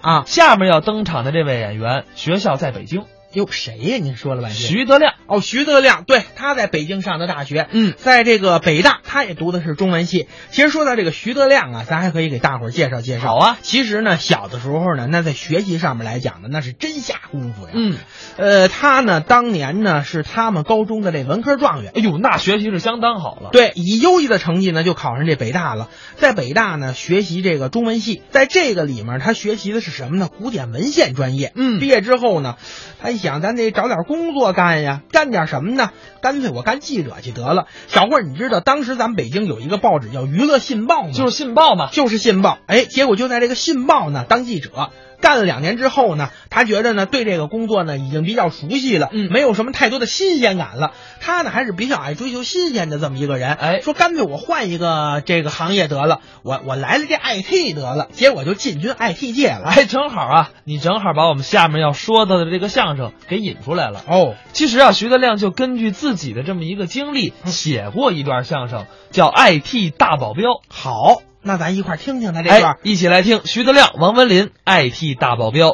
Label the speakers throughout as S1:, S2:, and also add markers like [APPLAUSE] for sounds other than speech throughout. S1: 啊，
S2: 下面要登场的这位演员，学校在北京，
S1: 哟，谁呀？您说了半天。
S2: 徐德亮。
S1: 哦，徐德亮，对，他在北京上的大学，
S2: 嗯
S1: 在这个北大，他也读的是中文系。其实说到这个徐德亮啊，咱还可以给大伙儿介绍介绍。
S2: 好啊
S1: 其实呢，小的时候呢，那在学习上面来讲呢，那是真下功夫呀。
S2: 嗯，
S1: 呃，他呢，当年呢是他们高中的这文科状元。
S2: 哎呦，那学习是相当好了。，
S1: 对，以优异的成绩呢，就考上这北大了。在北大呢，学习这个中文系，在这个里面，他学习的是什么呢？古典文献专业。
S2: 嗯
S1: 毕业之后呢，他一想，咱得找点工作干呀，干点什么呢？干脆我干记者去得了。小慧儿，你知道当时咱们北京有一个报纸叫《娱乐信报》吗？
S2: 就是信报嘛。
S1: 就是《信报》。哎，结果就在这个《信报》呢当记者。干了两年之后呢，他觉得呢对这个工作呢已经比较熟悉了，
S2: 嗯
S1: 没有什么太多的新鲜感了。他呢还是比较爱追求新鲜的这么一个人，
S2: 哎
S1: 说干脆我换一个这个行业得了，我我来了这 IT 得了，结果就进军 IT 界了。
S2: 哎，正好啊，你正好把我们下面要说到的这个相声给引出来了。
S1: 哦，
S2: 其实啊，徐德亮就根据自己的这么一个经历，写过一段相声，叫《IT 大保镖》。
S1: 好，那咱一块儿听听他这段
S2: 哎。，一起来听徐德亮、王文林《IT 大保镖》。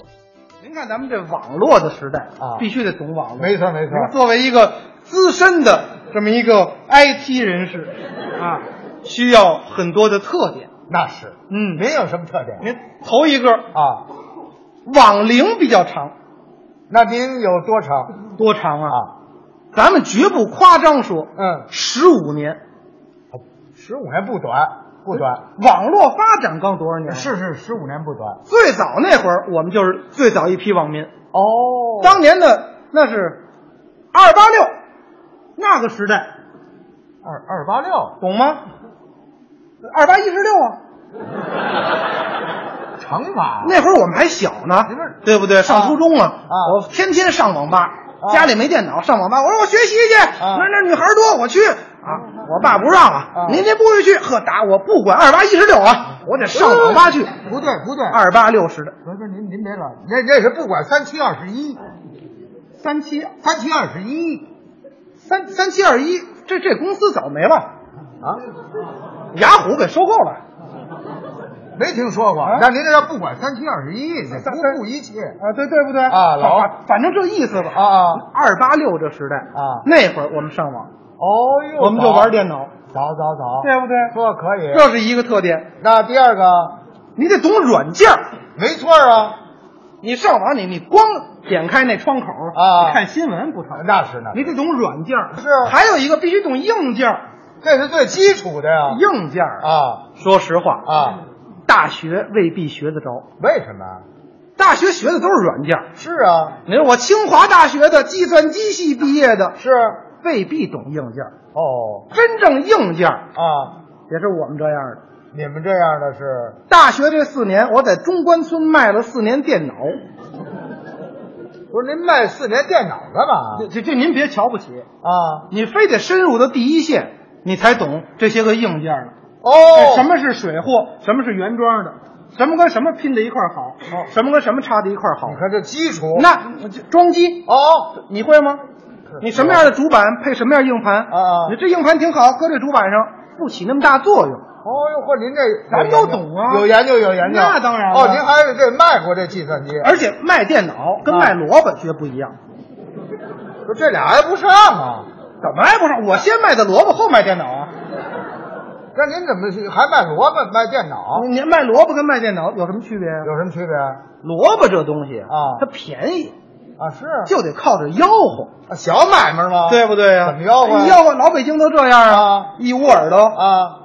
S3: 您看咱们这网络的时代
S1: 啊
S3: 必须得懂网络。
S4: 没错没错
S3: 您作为一个资深的这么一个 IT 人士啊，需要很多的特点。
S4: 那是，
S3: 嗯
S4: 您有什么特点？
S3: 您头一个
S4: 啊，
S3: 网龄比较长，
S4: 那您有多长？
S3: 多长啊？咱们绝不夸张说，呃
S4: 嗯，
S3: 十五年。
S4: 十五年不短，不短，
S3: 网络发展刚多少年？
S4: 是是，十五年不短。
S3: 最早那会儿，我们就是最早一批网民。
S4: 哦
S3: 当年的那是二八六，那个时代
S4: 二二八六，
S3: 懂吗？二八一十六啊，
S4: 乘法
S3: 那会儿我们还小呢
S4: 您这，
S3: 对不对？上初中了，
S4: 啊
S3: 我天天上网吧，家里没电脑，上网吧。我说我学习去，
S4: 啊
S3: 那那女孩多，我去啊。我爸不让啊
S4: 啊，
S3: 您您不许去，呵，打我不管二八一十六啊，我得上网吧去。
S4: 不对不对，
S3: 二八六十的
S4: 不是您您别老，那那是不管三七二十一，
S3: 三七
S4: 三七二十一
S3: 三三七二一，这这公司早没了，
S4: 啊，
S3: 雅虎给收购了。啊
S4: [LAUGHS] 没听说过。那您这要不管三七二十一，这
S3: 三
S4: 不
S3: 三
S4: 顾一切
S3: 啊，对对不对
S4: 啊老
S3: 反反正这意思吧
S4: 啊啊。
S3: 二八六这时代
S4: 啊
S3: 那会儿我们上网，
S4: 哦呦，
S3: 我们就玩电脑，
S4: 早早早，
S3: 对不对？
S4: 这可以。
S3: 这是一个特点，
S4: 那第二个，
S3: 你得懂软件儿。
S4: 没错啊，
S3: 你上网你你光点开那窗口
S4: 啊
S3: 你看新闻不成，
S4: 那是那是，
S3: 你得懂软件儿。
S4: 是啊
S3: 还有一个必须懂硬件儿，
S4: 这是最基础的呀。
S3: 硬件儿。
S4: 啊
S3: 说实话，
S4: 啊，
S3: 大学未必学得着，
S4: 为什么？
S3: 大学学的都是软件儿。
S4: 是啊，
S3: 你说我清华大学的计算机系毕业的，
S4: 是啊
S3: 未必懂硬件儿。
S4: 哦
S3: 真正硬件儿
S4: 啊，
S3: 也是我们这样的。
S4: 你们这样的是
S3: 大学这四年，我在中关村卖了四年电脑。
S4: [LAUGHS] 不是？您卖四年电脑干嘛
S3: 这这您别瞧不起，
S4: 啊？
S3: 你非得深入到第一线，你才懂这些个硬件儿哎
S4: 哦，
S3: 什么是水货，什么是原装的，什么跟什么拼在一块儿好，什么跟什么插在一块儿好
S4: 哦你。看这基础
S3: 那装机
S4: 哦，
S3: 你会吗？你什么样的主板配什么样硬盘
S4: 啊啊
S3: 你这硬盘挺好，搁这主板上不起那么大作用。
S4: 哦呦，嚯，您这
S3: 咱都懂啊
S4: 有研究有研究，
S3: 那当然了
S4: 哦，您还是这卖过这计算机，
S3: 而且卖电脑跟卖萝卜绝不一样。
S4: 不是这俩挨不上啊？
S3: 怎么还不是？我先卖的萝卜，后卖电脑啊？
S4: 那您怎么是还卖萝卜卖电脑？
S3: 您卖萝卜跟卖电脑有什么区别啊？
S4: 有什么区别
S3: 萝卜这东西
S4: 啊
S3: 它便宜，
S4: 啊？是
S3: 就得靠着吆喝，
S4: 啊小买卖吗？
S3: 对不对呀、
S4: 怎么吆喝呀
S3: 你吆喝，老北京都这样啊
S4: 啊，
S3: 一捂耳朵
S4: 啊，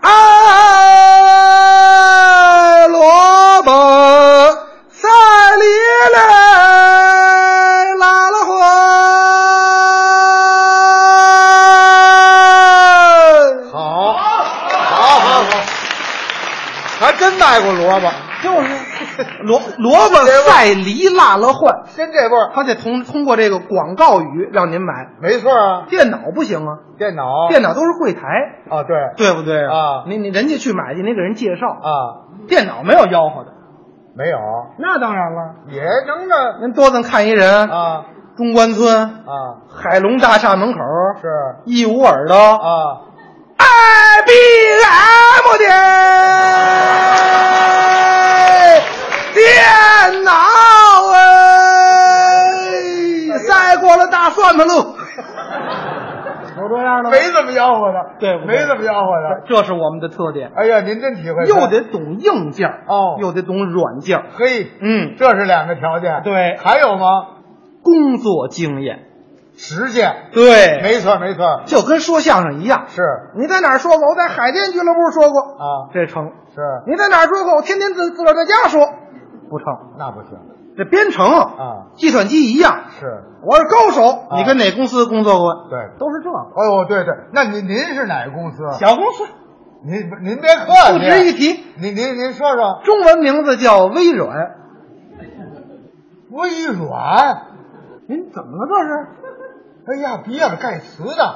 S3: 哎，萝卜菜里来，拉拉花。
S4: 好，好，好，好，还真卖过萝卜。
S3: 就是萝萝卜赛梨辣了换，
S4: 真这味儿，
S3: 他得通通过这个广告语让您买。
S4: 没错啊。
S3: 电脑不行啊，
S4: 电脑，
S3: 电脑都是柜台，
S4: 啊，对
S3: 对不对
S4: 啊
S3: 你你人家去买去，你给人介绍，
S4: 啊，
S3: 电脑没有吆喝的。
S4: 没有，
S3: 那当然了，
S4: 也能呢
S3: 人多咱看一人，
S4: 啊
S3: 中关村
S4: 啊，
S3: 海龙大厦门口，
S4: 是
S3: 一捂耳朵
S4: 啊，
S3: ，IBM 的啊哎瞅
S4: 看看喽，
S3: 这样了吗
S4: 没怎么吆喝的，
S3: 对不对
S4: 没怎么吆喝的。
S3: 这是我们的特点，
S4: 哎呀，您真体会，
S3: [LAUGHS] 又得懂硬件儿
S4: 哦
S3: 又得懂软件儿，
S4: 嘿，
S3: 嗯
S4: 这是两个条件。
S3: 对
S4: 还有吗？
S3: 工作经验，
S4: 实践，
S3: 对，
S4: 没错没错，
S3: 就跟说相声一样，
S4: 是
S3: 你在哪儿说过？我在海淀俱乐部说过，
S4: 啊，
S3: 这成。
S4: 是
S3: 你在哪儿说过？我天天自自个儿在家说，不成。
S4: 那不行
S3: 这编程啊，
S4: 啊，
S3: 计算机一样，
S4: 是。啊
S3: 我是高手。你跟哪公司工作过？
S4: 对，
S3: 都是这个
S4: 哎呦，对对，那您您是哪个公司？
S3: 小公司，
S4: 您您别客气，
S3: 不值一提。
S4: 您您您说说，
S3: 中文名字叫微软。
S4: [LAUGHS] 微软，
S3: 您怎么了？这是？哦
S4: 哎呀，比尔盖茨的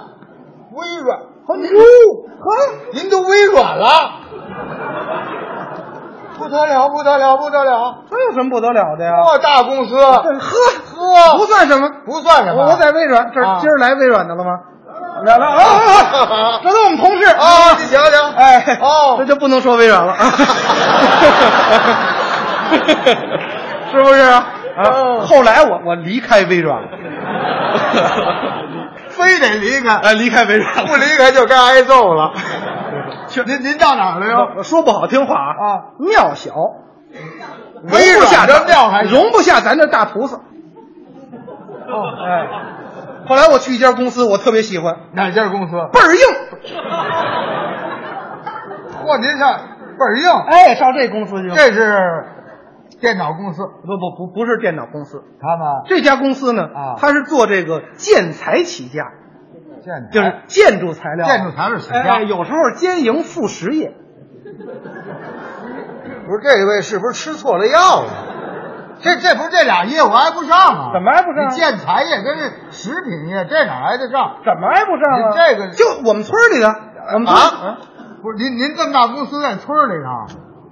S4: 微软，
S3: 哟，呵，
S4: 您都微软了，不得了，不得了，不得了，
S3: 这有什么不得了的呀？
S4: 这大公司
S3: 这呵，
S4: 呵，
S3: 不算什么。
S4: 不算什么，
S3: 我我在微软，这
S4: 啊
S3: 儿今儿来微软的了吗？来了啊啊！啊
S4: [LAUGHS]
S3: 这都我们同事
S4: 啊，你瞧瞧，
S3: 哎，
S4: 哦
S3: 那就不能说微
S4: [LAUGHS]
S3: 软了，是不是啊？
S4: 哦
S3: 啊，后来我我离开微软了，
S4: [LAUGHS] 非得离开，
S3: 哎，离开微软
S4: 不
S3: 了，
S4: 离开就该挨揍了。
S3: 去
S4: 您您到哪儿了
S3: 我
S4: 哟？
S3: 我说不好听话啊，
S4: 啊，
S3: 庙小，
S4: 微
S3: 容不下
S4: 软
S3: 咱
S4: 的庙还哦
S3: 容不下咱这大菩萨。哎，后来我去一家公司，我特别喜欢，
S4: 哪家公司？
S3: 倍儿硬，
S4: [LAUGHS] 嚯，您看倍儿硬，
S3: 哎，上这公司去
S4: 这是电脑公司，
S3: 不不不不是电脑公司，
S4: 他们
S3: 这家公司呢，
S4: 啊
S3: 它是做这个建材起家，
S4: 建
S3: 就是建筑材料，
S4: 哎建筑材料起家
S3: 哎，有时候兼营副实业。
S4: [LAUGHS] 不是这位是不是吃错了药了？这这不是这俩业务挨不上啊？
S3: 怎么挨不上啊
S4: 你建材业跟这食品业这哪挨得上？
S3: 怎么挨不上啊？
S4: 你这个
S3: 就我们村儿里的，我们村儿
S4: 啊，不是您您这么大公司在村儿里头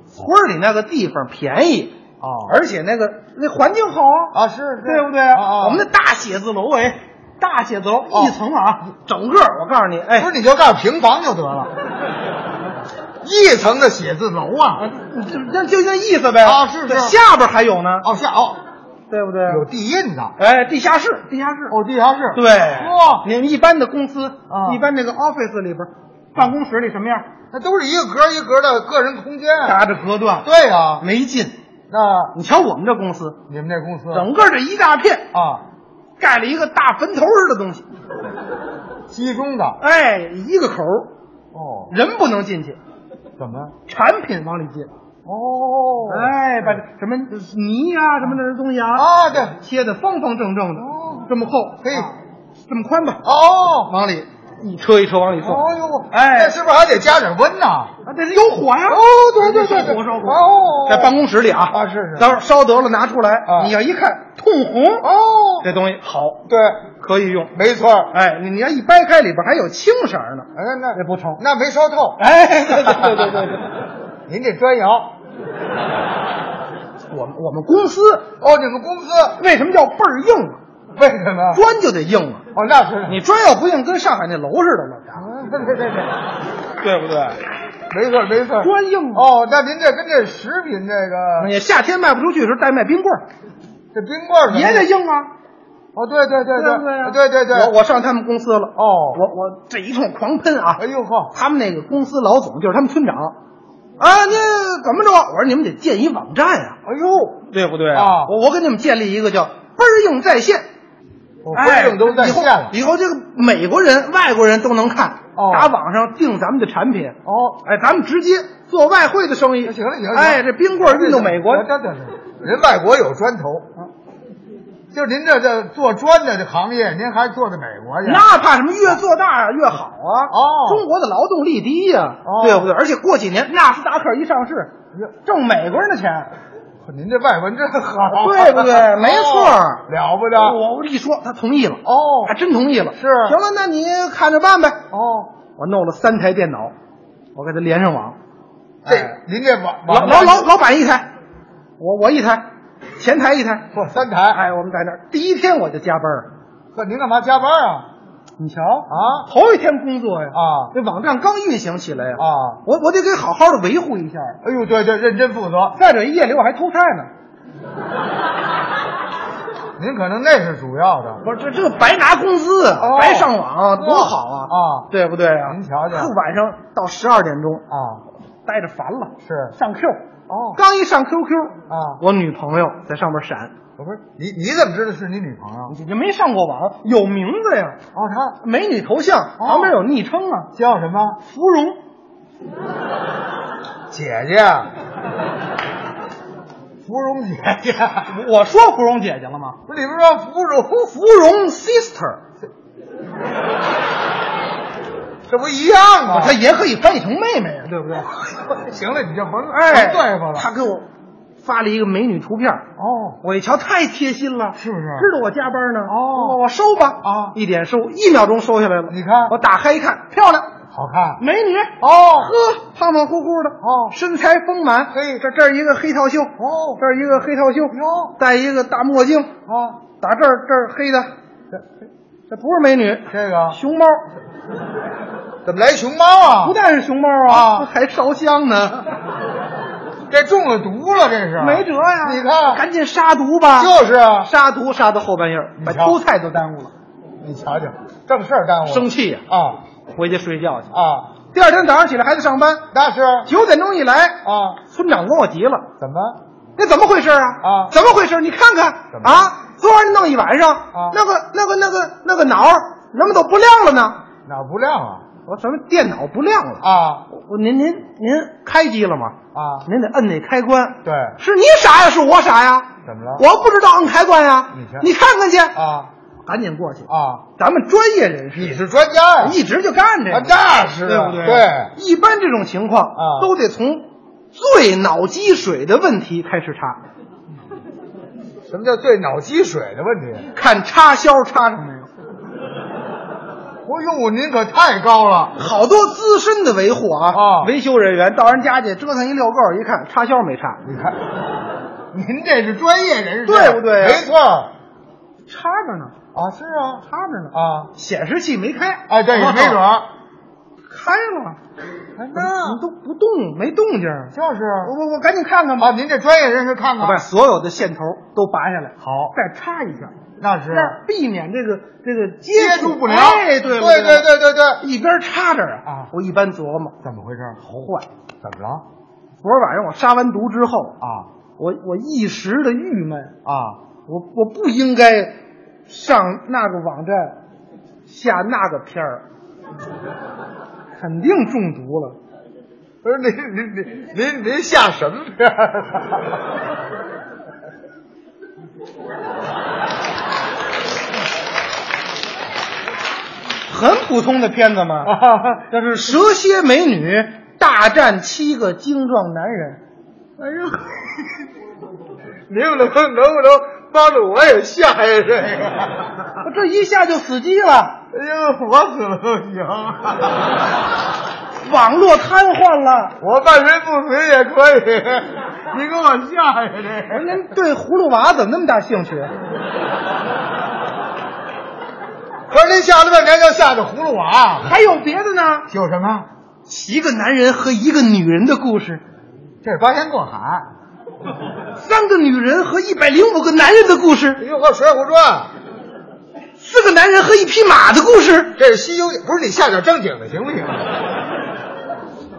S3: 村儿里那个地方便宜，
S4: 哦
S3: 而且那个那环境好啊，
S4: 啊是是
S3: 对不对？
S4: 啊啊
S3: 我们那大写字楼哎，大写字楼
S4: 哦
S3: 一层啊，整个我告诉你，哎
S4: 不，是你就干平房就得 [LAUGHS] 了，一层的写字楼啊！
S3: 就那就那意思呗
S4: 啊是是
S3: 这下边还有呢，
S4: 哦下哦
S3: 对不对？
S4: 有地印的
S3: 哎，地下室，地下室
S4: 哦地下室
S3: 对，
S4: 哇
S3: 你们一般的公司，
S4: 啊
S3: 一般那个 office 里边，办公室里什么样？
S4: 那都是一个格一格的个人空间啊。
S3: 搭着隔断，
S4: 对啊，
S3: 没劲。
S4: 那
S3: 你瞧我们这公司，
S4: 你们这公司
S3: 整个这一大片
S4: 嗯啊
S3: 盖了一个大坟头似的东西，
S4: 集中的
S3: 哎，一个口儿，
S4: 哦
S3: 人不能进去，
S4: 怎么
S3: 产品往里进。
S4: 哦
S3: 哎，把这什么泥呀、什么那东西啊，
S4: 啊对
S3: 贴的方方正正的，
S4: 哦
S3: 这么厚，
S4: 嘿
S3: 啊这么宽吧，
S4: 哦
S3: 往里一车一车往里送。
S4: 哦呦，
S3: 哎
S4: 那是不是还得加点温呐？
S3: 啊，这是有火呀！
S4: 哦对对对对
S3: 烧火烧火
S4: 哦
S3: 在办公室里啊，
S4: 啊是是
S3: 到时候烧得了拿出来，
S4: 啊
S3: 你要一看通红，
S4: 哦，
S3: 这东西好，
S4: 对，
S3: 可以用。
S4: 没错儿。
S3: 哎，你你要一掰开，里边还有青色呢。
S4: 哎，那
S3: 这不成
S4: 那没烧透。
S3: 哎，对对对对对，
S4: [LAUGHS] 您这砖窑
S3: 我们我们公司
S4: 哦，你们公司
S3: 为什么叫倍儿硬啊？
S4: 为什么？
S3: 砖就得硬啊！
S4: 哦，那是
S3: 你砖要不硬，跟上海那楼似的了，
S4: 嗯对对对对，
S3: 对不对？
S4: 没错儿没错儿。
S3: 砖硬啊！
S4: 哦，那您这跟这食品这
S3: 哎
S4: 个
S3: 呀，夏天卖不出去的时候，代卖冰棍儿
S4: 这冰棍儿
S3: 也得硬啊，
S4: 哦，对对对
S3: 对不
S4: 对
S3: 对？
S4: 对对对。
S3: 我我上他们公司了，
S4: 哦
S3: 我我这一通狂喷啊！
S4: 哎呦呵，
S3: 他们那个公司老总就是他们村长啊，那怎么着？我说你们得建一网哦站呀、
S4: 哎呦，
S3: 对不对
S4: 啊
S3: 我我给你们建立一个叫“倍儿硬在线”，
S4: 我
S3: 哎
S4: 规定都在线了。
S3: 以后。以后这个美国人、外国人都能看，
S4: 哦
S3: 打网上订咱们的产品。
S4: 哦，
S3: 哎，咱们直接做外汇的生意。
S4: 行了行了。
S3: 哎，这冰棍儿运到美国，
S4: 对对对，人外国有砖头，
S3: 啊
S4: 就您这这做砖的这行业，您还做到美国去？啊
S3: 那怕什么？越做大越好啊！
S4: 哦
S3: 中国的劳动力低呀、
S4: 哦
S3: 对不对？而且过几年纳斯达克一上市，挣美国人的钱。
S4: 哦您这外文真好，啊
S3: 对不
S4: [LAUGHS]
S3: 对没错
S4: 哦了不得。
S3: 我我一说，他同意了。
S4: 哦
S3: 还真同意了。
S4: 是
S3: 行了，那你看着办呗。
S4: 哦，
S3: 我弄了三台电脑，我给他连上网。
S4: 哎这您这网
S3: 哎老
S4: 网
S3: 老老老板一台，我我一台，前台一台。
S4: 不三台，
S3: 哎，我们在那儿第一天我就加班儿，
S4: 呵，您干嘛加班啊？
S3: 你瞧
S4: 啊
S3: 啊，头一天工作呀
S4: 啊
S3: 这网站刚运行起来呀
S4: 啊！
S3: 我我得给好好的维护一下。
S4: 哎呦，对对，认真负责。
S3: 再者，夜里我还偷菜呢。
S4: [LAUGHS] 您可能那是主要的。
S3: 不是这这白拿工资，啊
S4: 哦
S3: 白上网，多
S4: 哦
S3: 好啊！
S4: 啊
S3: 对不对啊？
S4: 您瞧瞧
S3: 就晚上到十二点钟，
S4: 啊，
S3: 待着烦了，
S4: 是
S3: 上 Q。
S4: 哦
S3: 刚一上 QQ，
S4: 啊，
S3: 我女朋友在上面闪，
S4: 不是你你怎么知道是你女朋友？
S3: 你这没上过网，有名字呀，
S4: 哦，她
S3: 美女头像，
S4: 哦
S3: 旁边有昵称啊，
S4: 叫什么？
S3: 芙
S4: [LAUGHS]
S3: 蓉。
S4: 姐姐，芙蓉姐姐，
S3: [LAUGHS] 我我说芙蓉姐姐了吗？
S4: 不是你不是说芙蓉，
S3: 芙蓉 sister，
S4: 这不一样吗？
S3: 她也可以翻译成妹妹呀，对不对？
S4: [LAUGHS] 行了，你就甭
S3: 哎，
S4: 甭对付了。
S3: 她给我发了一个美女图片，
S4: 哦，
S3: 我一瞧太贴心了，
S4: 是不是
S3: 知道我加班呢，
S4: 哦
S3: 我我收吧，
S4: 啊
S3: 一点收，一秒钟收下来了。
S4: 你看
S3: 我打开一看，漂亮，
S4: 好看
S3: 美女，
S4: 哦
S3: 呵，胖胖乎乎的，
S4: 哦
S3: 身材丰满，嘿，这这儿一个黑套袖，
S4: 哦
S3: 这儿一个黑套袖，
S4: 哟
S3: 戴一个大墨镜，
S4: 啊，
S3: 打这儿这儿黑的，这这这不是美女，
S4: 这个
S3: 熊猫，
S4: 怎么来熊猫啊？
S3: 不但是熊猫
S4: 啊
S3: 啊，还烧香呢，
S4: 这中了毒了，这是
S3: 没辙呀，
S4: 你看，
S3: 赶紧杀毒吧，
S4: 啊就是啊，
S3: 杀毒杀到后半夜儿，
S4: 你
S3: 把
S4: 瞧哦
S3: 秋菜都耽误了，
S4: 你瞧瞧，正事儿耽误了
S3: 生气呀。
S4: 啊
S3: 回去睡觉去。
S4: 啊，
S3: 第二天早上起来还得上班，
S4: 那是
S3: 九点钟一来，哦
S4: 啊，
S3: 村长跟我急了
S4: 怎么：“
S3: 那怎么回事啊？
S4: 啊
S3: 怎么回事？你看看
S4: 怎么
S3: 啊，昨晚弄一晚上，
S4: 啊
S3: 那个那个那个那个脑儿怎么都不亮了呢？
S4: 哪儿不亮啊？
S3: 我说什么电脑不亮了？
S4: 啊
S3: 我您您您开机了吗？
S4: 啊，
S3: 您得摁那开关。
S4: 对，
S3: 是你傻呀？是我傻呀？
S4: 怎么了？
S3: 我不知道摁开关呀
S4: 你瞧。
S3: 你看看去，
S4: 啊
S3: 赶紧过去。
S4: 啊，
S3: 咱们专业人士，
S4: 你是专家呀？
S3: 一直就干这
S4: 啊，
S3: 个。
S4: 那是
S3: 对
S4: 啊
S3: 不对？
S4: 对，
S3: 一般这种情况
S4: 啊
S3: 都得从最脑积水的问题开始查，
S4: 什么叫对脑积水的问题？
S3: 看插销插上没有。
S4: 嗯我哟，您可太高了
S3: 好多资深的维护啊，
S4: 啊
S3: 维修人员到人家去折腾一溜够儿，一看插销没插，
S4: 你看，您这是专业人士，
S3: 对不对呀啊
S4: 没错儿
S3: 插着呢，
S4: 啊，是啊
S3: 插着呢。
S4: 啊，
S3: 显示器没开，
S4: 哎，这也没准
S3: 哦
S4: 儿，
S3: 开了，
S4: 哎
S3: 你都不动，没动静儿。
S4: 就是
S3: 我我我赶紧看看吧
S4: 啊，，您这专业人士看
S3: 我把
S4: 看，
S3: 所有的线头都拔下来，
S4: 好
S3: 再插一下，
S4: 那是
S3: 这样避免这个这个接
S4: 接触不良，
S3: 哎，对了
S4: 对对
S3: 了
S4: 对对对，
S3: 一边插着
S4: 啊
S3: 我一般琢磨，
S4: 怎么回事？
S3: 坏。
S4: 怎么了？
S3: 昨儿晚上我杀完毒之后，
S4: 啊
S3: 我我一时的郁闷，
S4: 啊，
S3: 我我不应该上那个网站下那个片儿，肯定中毒了。
S4: 不是您您您您您下什么片儿？
S3: 很普通的片子嘛，就是蛇蝎美女大战七个精壮男人。哎呦，
S4: 您们能不能能不能帮着我也下一个这个？
S3: 我这一下就死机了，
S4: [LAUGHS] 哎呦，我死了都行，
S3: 网络瘫痪了。
S4: 我半身不遂也可以。你给我下一个这
S3: 我说
S4: 个。
S3: 您对葫芦娃怎么那么大兴趣？
S4: 可是您下了半天就下的葫芦娃，
S3: 还有别的呢？
S4: 啊有什么？
S3: 七个男人和一个女人的故事，
S4: 这是八仙过海。
S3: 三个女人和一百零五个男人的故事，
S4: 又和《哎水浒传
S3: 四个男人和一匹马的故》，事。
S4: 这是《西游记》，不是你下点正经的行不行？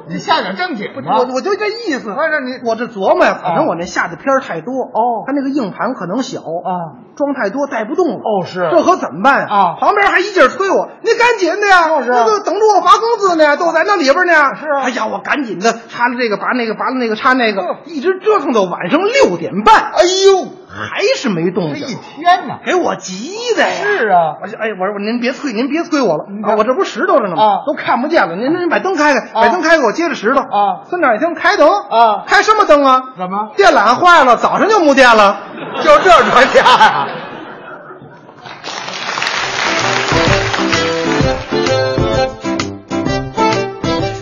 S4: 你下点正经的。
S3: 我我就这意思，
S4: 啊哎那你
S3: 我这琢磨呀，反正
S4: 啊
S3: 我那下的片儿太多
S4: 哦
S3: 他那个硬盘可能小
S4: 啊，
S3: 装太多带不动了。
S4: 哦是
S3: 这可怎么办呀？
S4: 啊
S3: 旁边还一劲儿催我，你赶紧的呀，
S4: 就是
S3: 那个等着我发工资呢，都在那里边呢。
S4: 是啊
S3: 哎呀，我赶紧的插了这个，拔那个，拔了那个，插那个
S4: 嗯，
S3: 一直折腾到晚上六点半，
S4: 哎呦，
S3: 还是没动
S4: 这
S3: 静
S4: 一。天呐！
S3: 给我急的呀！
S4: 是啊，
S3: 我就哎，我说您别催，您别催我了
S4: 嗯，
S3: 啊、我这不是石头着呢吗？
S4: 啊
S3: 都看不见了。您您把灯开开，把灯开开，我接着石头。
S4: 啊
S3: 村长一听开灯
S4: 啊
S3: 开什么灯啊？
S4: 怎么
S3: 电缆坏了，早上就没电了。
S4: [LAUGHS] 就这专家呀？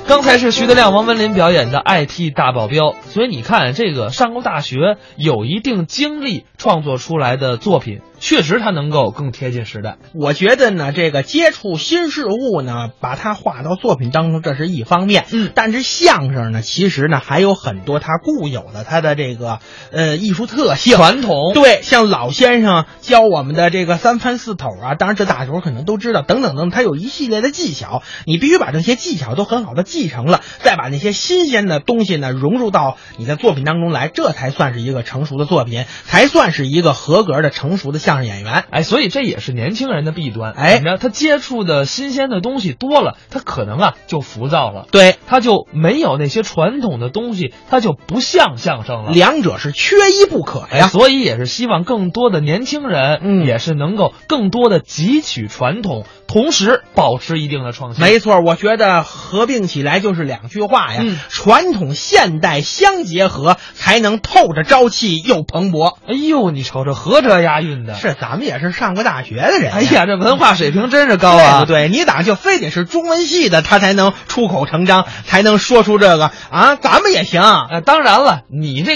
S2: 刚才是徐德亮、王文林表演的《IT 大保镖》，所以你看，这个上过大学、有一定经历创作出来的作品，确实它能够更贴近时代。
S1: 我觉得呢，这个接触新事物呢，把它画到作品当中，这是一方面。
S2: 嗯
S1: 但是相声呢，其实呢还有很多它固有的它的这个呃艺术特性。
S2: 传统，
S1: 对，像老先生教我们的这个三翻四抖啊，当然这大伙儿可能都知道，等等等等，它有一系列的技巧，你必须把这些技巧都很好的继承了，再把那些新鲜的东西呢融入到你的作品当中来，这才算是一个成熟的作品，才算是一个合格的成熟的相声演员。
S2: 哎，所以这也是年轻人的弊端。
S1: 哎
S2: 你知道他接触的新鲜的东西多了，他可能啊就浮躁了，
S1: 对，
S2: 他就没有那些传统的东西，他就不像相声了。
S1: 两者是缺一不可
S2: 哎，
S1: 呀。
S2: 所以也是希望更多的年轻人，
S1: 嗯
S2: 也是能够更多的汲取传统，同时保持一定的创新。
S1: 没错，我觉得合并起来就是两句话呀，
S2: 嗯
S1: 传统现代相结合，才能透着朝气又蓬勃。
S2: 哎呦，你瞅瞅，合辙押韵的。
S1: 是，咱们也是上过大学的人。
S2: 哎，呀，这文化水平真是高
S1: 高啊，
S2: 啊！
S1: 对你咋就非得是中文系的，他才能出口成章，才能说出这个啊？咱们也行。
S2: 哎啊，当然了，你这。